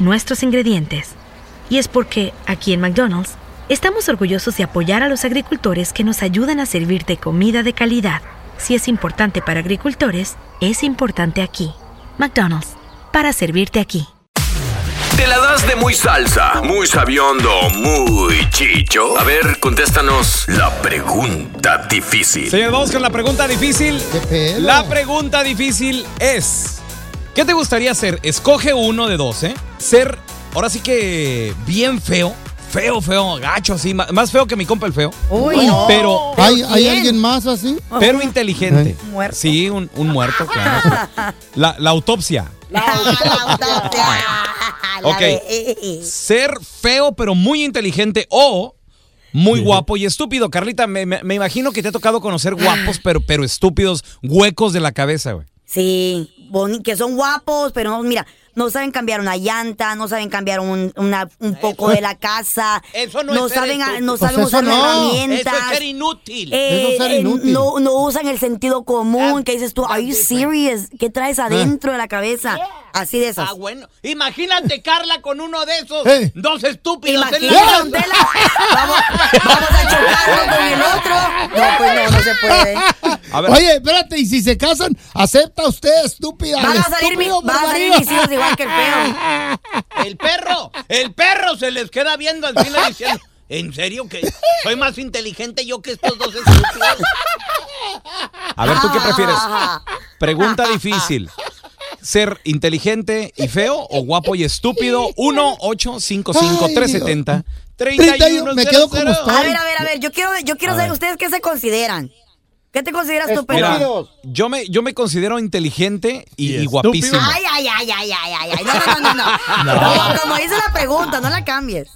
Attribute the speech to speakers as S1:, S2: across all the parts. S1: nuestros ingredientes. Y es porque, aquí en McDonald's, estamos orgullosos de apoyar a los agricultores que nos ayudan a servirte comida de calidad. Si es importante para agricultores, es importante aquí. McDonald's, para servirte aquí.
S2: ¿Te la das de muy salsa, muy sabiondo, muy chicho? A ver, contéstanos la pregunta difícil.
S3: Señor, vamos con la pregunta difícil. La pregunta difícil es: ¿Qué te gustaría ser? Escoge uno de dos, ¿eh? Ser, ahora sí que bien feo. Feo, feo, gacho, así. ma- Más feo que mi compa el feo.
S4: Uy, no.
S3: Pero,
S5: ¿Hay,
S4: ¿Pero
S5: hay
S4: quién?
S5: alguien más así?
S3: pero inteligente.
S4: Muerto.
S3: Sí, un, un muerto, claro. La, la autopsia.
S4: La
S3: Ok.
S4: de-
S3: Ser feo, pero muy inteligente o muy guapo y estúpido. Carlita, me, me- me imagino que te ha tocado conocer guapos, pero, pero estúpidos, huecos de la cabeza, güey.
S4: Sí, boni- que son guapos, pero no, mira, no saben cambiar una llanta, no saben cambiar un, una- un poco de la casa.
S3: eso no es ser
S4: saben, a- no
S5: Pues
S4: saben
S5: eso
S4: usar
S5: no.
S4: herramientas.
S3: inútil.
S4: Eh,
S5: Eso es ser
S4: eh,
S5: inútil.
S4: no, no usan el sentido común,
S3: Ah,
S4: que dices tú,
S3: ah,
S4: are you
S3: different.
S4: serious? ¿Qué traes
S5: Ah.
S4: adentro de la cabeza? Así de esas.
S3: Ah, bueno. Imagínate Carla con uno de esos
S5: Eh.
S3: dos estúpidos
S4: Imagínate, don Tela, vamos, vamos a chocarnos con el otro. No, pues no, no se puede.
S3: Ah, A ver,
S5: Oye, espérate, y si se casan, acepta usted, estúpida.
S4: Van a salir, mi-
S5: estúpido,
S4: van a salir
S5: barbaridad.
S4: mis hijos igual que el feo.
S3: el perro, el perro se les queda viendo al final diciendo, ¿en serio que soy más inteligente yo que estos dos estúpidos? A ver, ¿tú qué prefieres?
S5: Ah.
S3: Pregunta difícil. ¿Ser inteligente y feo o guapo y estúpido? 1 855 370
S5: 31, me quedo como estoy.
S4: A ver, a ver, a ver, yo quiero, yo quiero saber ustedes qué se consideran. ¿Qué te consideras tú,
S3: Mira,
S4: Pedro?
S3: yo me, yo me considero inteligente y,
S6: Y
S3: y guapísimo.
S4: Ay, ay, ay, ay, ay, ay, ay. No, no, no, no. no. Como, como dice la pregunta, no la cambies.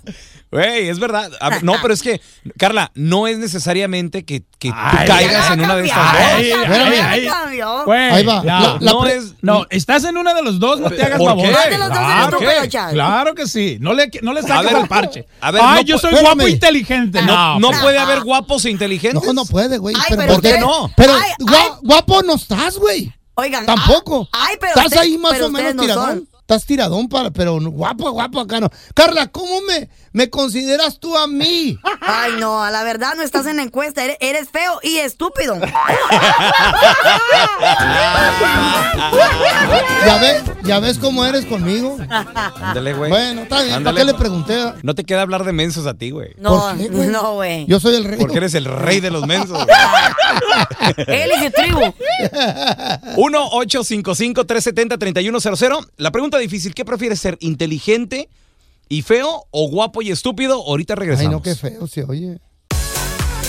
S3: Güey, es verdad. A ver, no, pero es que, Carla, no es necesariamente que, que tú
S6: Ay,
S3: caigas
S4: ya
S3: en
S4: la
S3: una de estas
S4: cambiaste.
S3: dos.
S6: Ay,
S4: Ya
S6: ay,
S4: la
S6: ay.
S4: cambió.
S6: Güey,
S5: Ahí va.
S6: No,
S5: La- la
S3: no
S5: pre-
S3: es.
S6: no, estás en una de los dos, no te hagas
S3: ¿Por
S6: baboso.
S3: qué?
S6: Claro,
S3: Una de los
S4: dos eres tú,
S6: que-
S4: pero ya.
S6: claro que sí. No le, no le saques
S3: ver,
S6: al parche.
S3: a ver,
S6: Ay,
S3: no
S6: yo
S3: pu-
S6: soy
S5: espérame.
S6: guapo e inteligente.
S3: No,
S6: No,
S3: no
S6: pues,
S3: puede haber guapos e inteligentes.
S5: No, no puede, güey.
S4: Ay,
S5: pero
S4: pero
S5: ¿por qué
S4: usted-
S5: no? Pero
S4: Ay,
S5: gua-
S4: ay.
S5: guapo no estás, güey.
S4: Oigan.
S5: Tampoco.
S4: ah, Ay, pero.
S5: Estás
S4: usted-
S5: ahí más
S4: pero
S5: o menos
S4: ustedes no
S5: tiradón.
S4: son.
S5: Estás tiradón, para, pero no- guapo, guapo acá no. Carla, ¿cómo me, me consideras tú a mí?
S4: Ay, no, a la verdad no estás en la encuesta. Eres, eres feo y estúpido.
S3: Ah,
S5: ¿Ya ves, ya ves cómo eres conmigo?
S4: Ah.
S3: Ándale, güey.
S5: Bueno, está bien. ¿Para
S3: Ándale.
S5: qué le pregunté?
S3: No te queda hablar de mensos a ti, güey.
S4: No,
S5: ¿Por qué, güey?
S4: no, güey.
S5: Yo soy el rey.
S3: Porque eres el rey de los mensos.
S4: Él y su tribu.
S3: 1-855-370-3100. La pregunta difícil: ¿qué prefieres ser inteligente y feo o guapo y estúpido? Ahorita
S5: Ay,
S3: regresamos.
S5: no, qué feo se oye.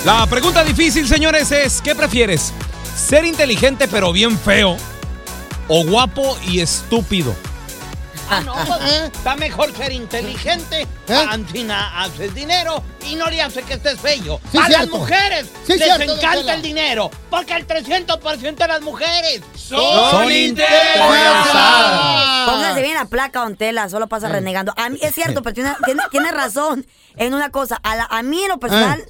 S3: La pregunta difícil, señores, es ¿qué prefieres? ¿Ser inteligente pero bien feo? ¿O guapo y estúpido?
S7: Ah, no, pues, está mejor ser
S5: ¿Eh?
S7: inteligente, Antina haces dinero y no le hace que estés bello.
S5: Sí,
S7: a las
S5: cierto.
S7: mujeres
S5: Sí,
S7: les
S5: cierto, don
S7: encanta
S5: Tela.
S7: el dinero, porque el 300% de las mujeres son,
S5: Son interesadas.
S3: Ah.
S4: Póngase bien la placa, don Tela, solo pasa renegando. A mí, es cierto, pero tiene, tiene- tiene razón en una cosa. A, la- a mí,
S3: Ah.
S4: en lo personal,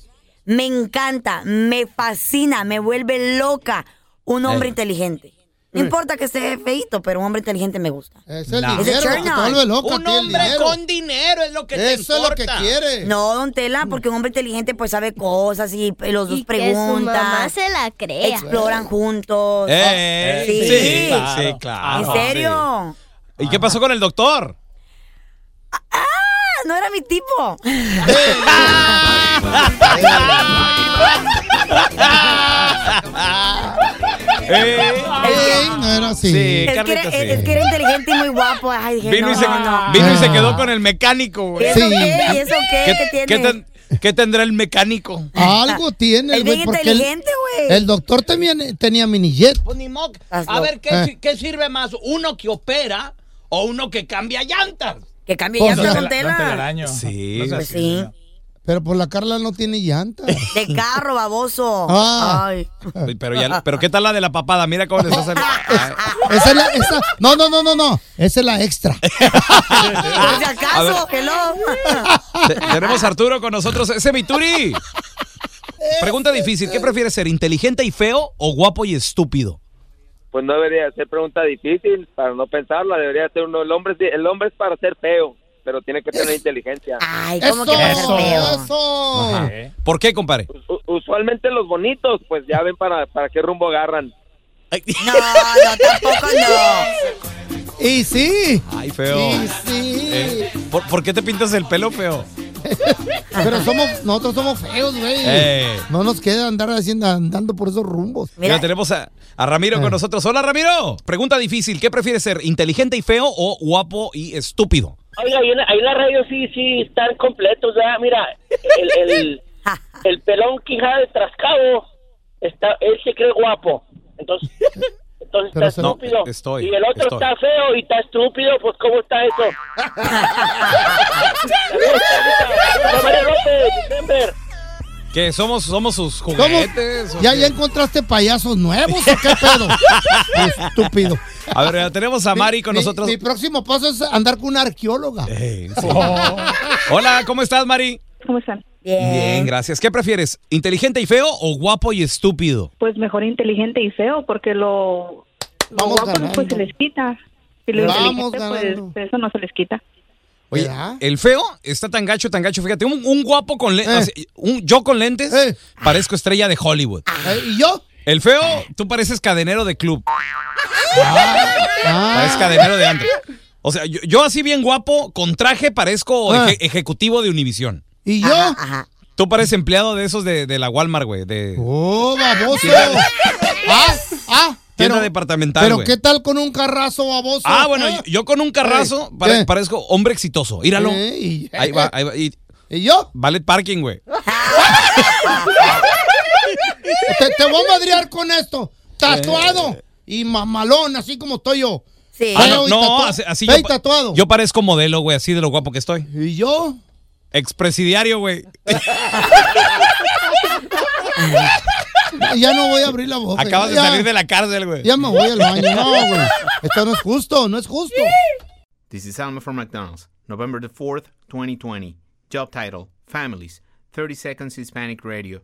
S4: me encanta, me fascina, me vuelve loca un
S3: Eh.
S4: hombre inteligente. No importa que esté feito, pero un hombre inteligente me gusta.
S5: Es el
S8: No.
S5: dinero,
S4: Ese
S5: que te
S4: turn on.
S5: vuelve loca a
S7: Un
S5: ti el
S7: hombre
S5: dinero.
S7: con dinero es lo que te
S5: Eso es lo
S7: importa.
S5: que
S3: Eh.
S5: quiere.
S4: No, don Tela, porque un hombre inteligente pues sabe cosas y eh, los dos
S9: Y que su mamá
S4: preguntan,
S9: se la crea.
S4: exploran juntos.
S3: Eh,
S4: Sí.
S3: sí,
S7: claro.
S3: sí, claro.
S4: ¿En serio?
S3: Sí. ¿Y qué pasó con el doctor?
S4: Ah, No era mi tipo.
S3: Eh,
S5: Ey, no era así.
S3: Sí.
S4: Es que, era,
S3: Carlita, sí.
S4: es que era inteligente y muy guapo. Ay, dije,
S3: vino,
S4: no,
S3: y se,
S4: no.
S3: vino y se
S5: Ah.
S3: quedó con el mecánico,
S4: ¿Y
S3: güey.
S4: eso
S5: Sí.
S4: qué? ¿Y eso qué? ¿Qué, tiene?
S3: qué ten- qué tendrá el mecánico?
S5: Algo tiene,
S4: Es
S5: güey.
S4: bien
S5: porque el-
S4: Ah, inteligente, güey.
S5: El doctor tenía, tenía minijet. eh,
S7: Pues ni moc.
S4: Estás
S7: A ver, ¿qué,
S5: loco.
S7: si- qué sirve más? ¿Uno que opera o uno que cambia llantas?
S4: Que cambie
S5: Pues,
S4: llantas
S5: don
S4: con tela.
S8: telaraño.
S3: Sí.
S8: No seas
S4: Pues sí.
S5: Pero por la Carla no tiene llanta.
S4: De carro, baboso.
S5: Ah.
S4: Ay.
S3: Uy, Pero, ya, pero ¿qué tal la de la papada? Mira cómo les está saliendo.
S4: Ah.
S3: Ay.
S5: Esa es la, esa, no, no, no, no, no. Esa es la extra.
S4: Por si acaso, hello.
S3: Te- Tenemos a Arturo con nosotros. Ese Vituri. Pregunta difícil. ¿Qué prefieres ser? ¿Inteligente y feo o guapo y estúpido?
S10: Pues no debería ser pregunta difícil para no pensarla, debería ser uno. El hombre, es- el hombre es para ser feo, pero tiene que tener inteligencia.
S5: Eso,
S4: Ay, ¿cómo que va a ser
S5: eso,
S4: feo?
S5: eso.
S3: ¿Por qué, compadre?
S10: U- usualmente los bonitos, pues ya ven para, para qué rumbo agarran.
S4: No, no, tampoco no.
S5: Y sí.
S3: Ay, feo.
S5: Y sí.
S3: Eh, ¿por, por qué te pintas el pelo feo?
S5: Pero somos, nosotros somos feos, güey.
S3: Eh.
S5: No nos queda andar haciendo, andando por esos rumbos.
S3: Mira,
S4: Mira,
S3: tenemos a, a Ramiro
S5: Ah.
S3: con nosotros. Hola, Ramiro. Pregunta difícil. ¿Qué prefieres ser? ¿Inteligente y feo o guapo y estúpido?
S10: Oiga, ahí en, la radio sí, sí, están completos, ya, mira, el, el, el pelón Quijada de Trascabo, está, él se cree guapo, entonces, entonces
S5: Pero
S10: está
S5: se- no,
S10: estúpido,
S3: estoy,
S10: y el otro
S3: estoy.
S10: está feo y está estúpido, pues ¿cómo está eso? Saludos, Carlita. Hola, María López, Denver.
S3: Que somos, somos sus
S5: ¿Cómo?
S3: juguetes. o
S5: ¿Ya,
S3: qué?
S5: ¿Ya encontraste payasos nuevos o qué pedo? Estúpido.
S3: A ver, ya tenemos a Mari con
S5: Mi-
S3: nosotros. Eh,
S5: Mi, mi próximo paso es andar con una arqueóloga.
S3: Ey, sí.
S5: Oh.
S3: Hola, ¿cómo estás, Mari?
S9: ¿Cómo están?
S3: Bien,
S4: bien.
S3: gracias. ¿Qué prefieres? ¿Inteligente y feo o guapo y estúpido?
S9: Pues mejor inteligente y feo, porque lo, lo
S5: Vamos
S9: guapo pues
S5: ganando.
S9: se les quita. Y lo
S5: Vamos
S9: inteligente
S5: ganando.
S9: pues eso no se les quita.
S3: Oye, eh,
S5: ¿Verdad?
S3: el feo está tan gacho, tan gacho. Fíjate, un, un guapo con
S5: Eh.
S3: lentes. Yo con lentes
S5: Eh.
S3: parezco estrella de Hollywood.
S5: Eh, ¿Y yo?
S3: El feo, tú pareces cadenero de club. Pareces
S5: Ah,
S3: cadenero de antes. O sea, yo, yo así bien guapo, con traje, parezco
S5: Ah.
S3: eje- ejecutivo de Univisión.
S5: ¿Y yo?
S4: Ajá.
S3: Tú pareces empleado de esos de, de la Walmart, güey. De
S5: ¡Oh, baboso! ¡Ah! ¡Ah!
S3: tienda departamental,
S5: Pero
S3: güey.
S5: ¿qué tal con un carrazo baboso?
S3: Ah, bueno, yo, yo con un carrazo pare-
S5: ¿Qué?
S3: parezco hombre exitoso. Íralo.
S5: Eh, y-
S3: Ahí va, ahí va. Y,
S5: ¿Y yo?
S3: Ballet parking, güey.
S5: Te, te voy a madrear con esto.
S3: Eh.
S5: Tatuado y mamalón, así como estoy yo.
S4: Sí.
S3: Ah,
S5: Feo
S3: no,
S5: y
S3: no,
S5: tatua-
S3: así, así
S5: feo y
S3: pa-
S5: tatuado.
S3: yo parezco modelo, güey, así de lo guapo que estoy.
S5: ¿Y yo?
S3: Expresidiario, güey.
S5: Ya no voy a abrir la boca.
S3: Acabas de
S5: Ya-
S3: salir de la cárcel, güey.
S5: Ya me voy al baño. No, güey. Esto no es justo, no es justo.
S11: This is Alma from McDonald's, November the 4th, 2020. Job title Families, 30 Seconds Hispanic Radio.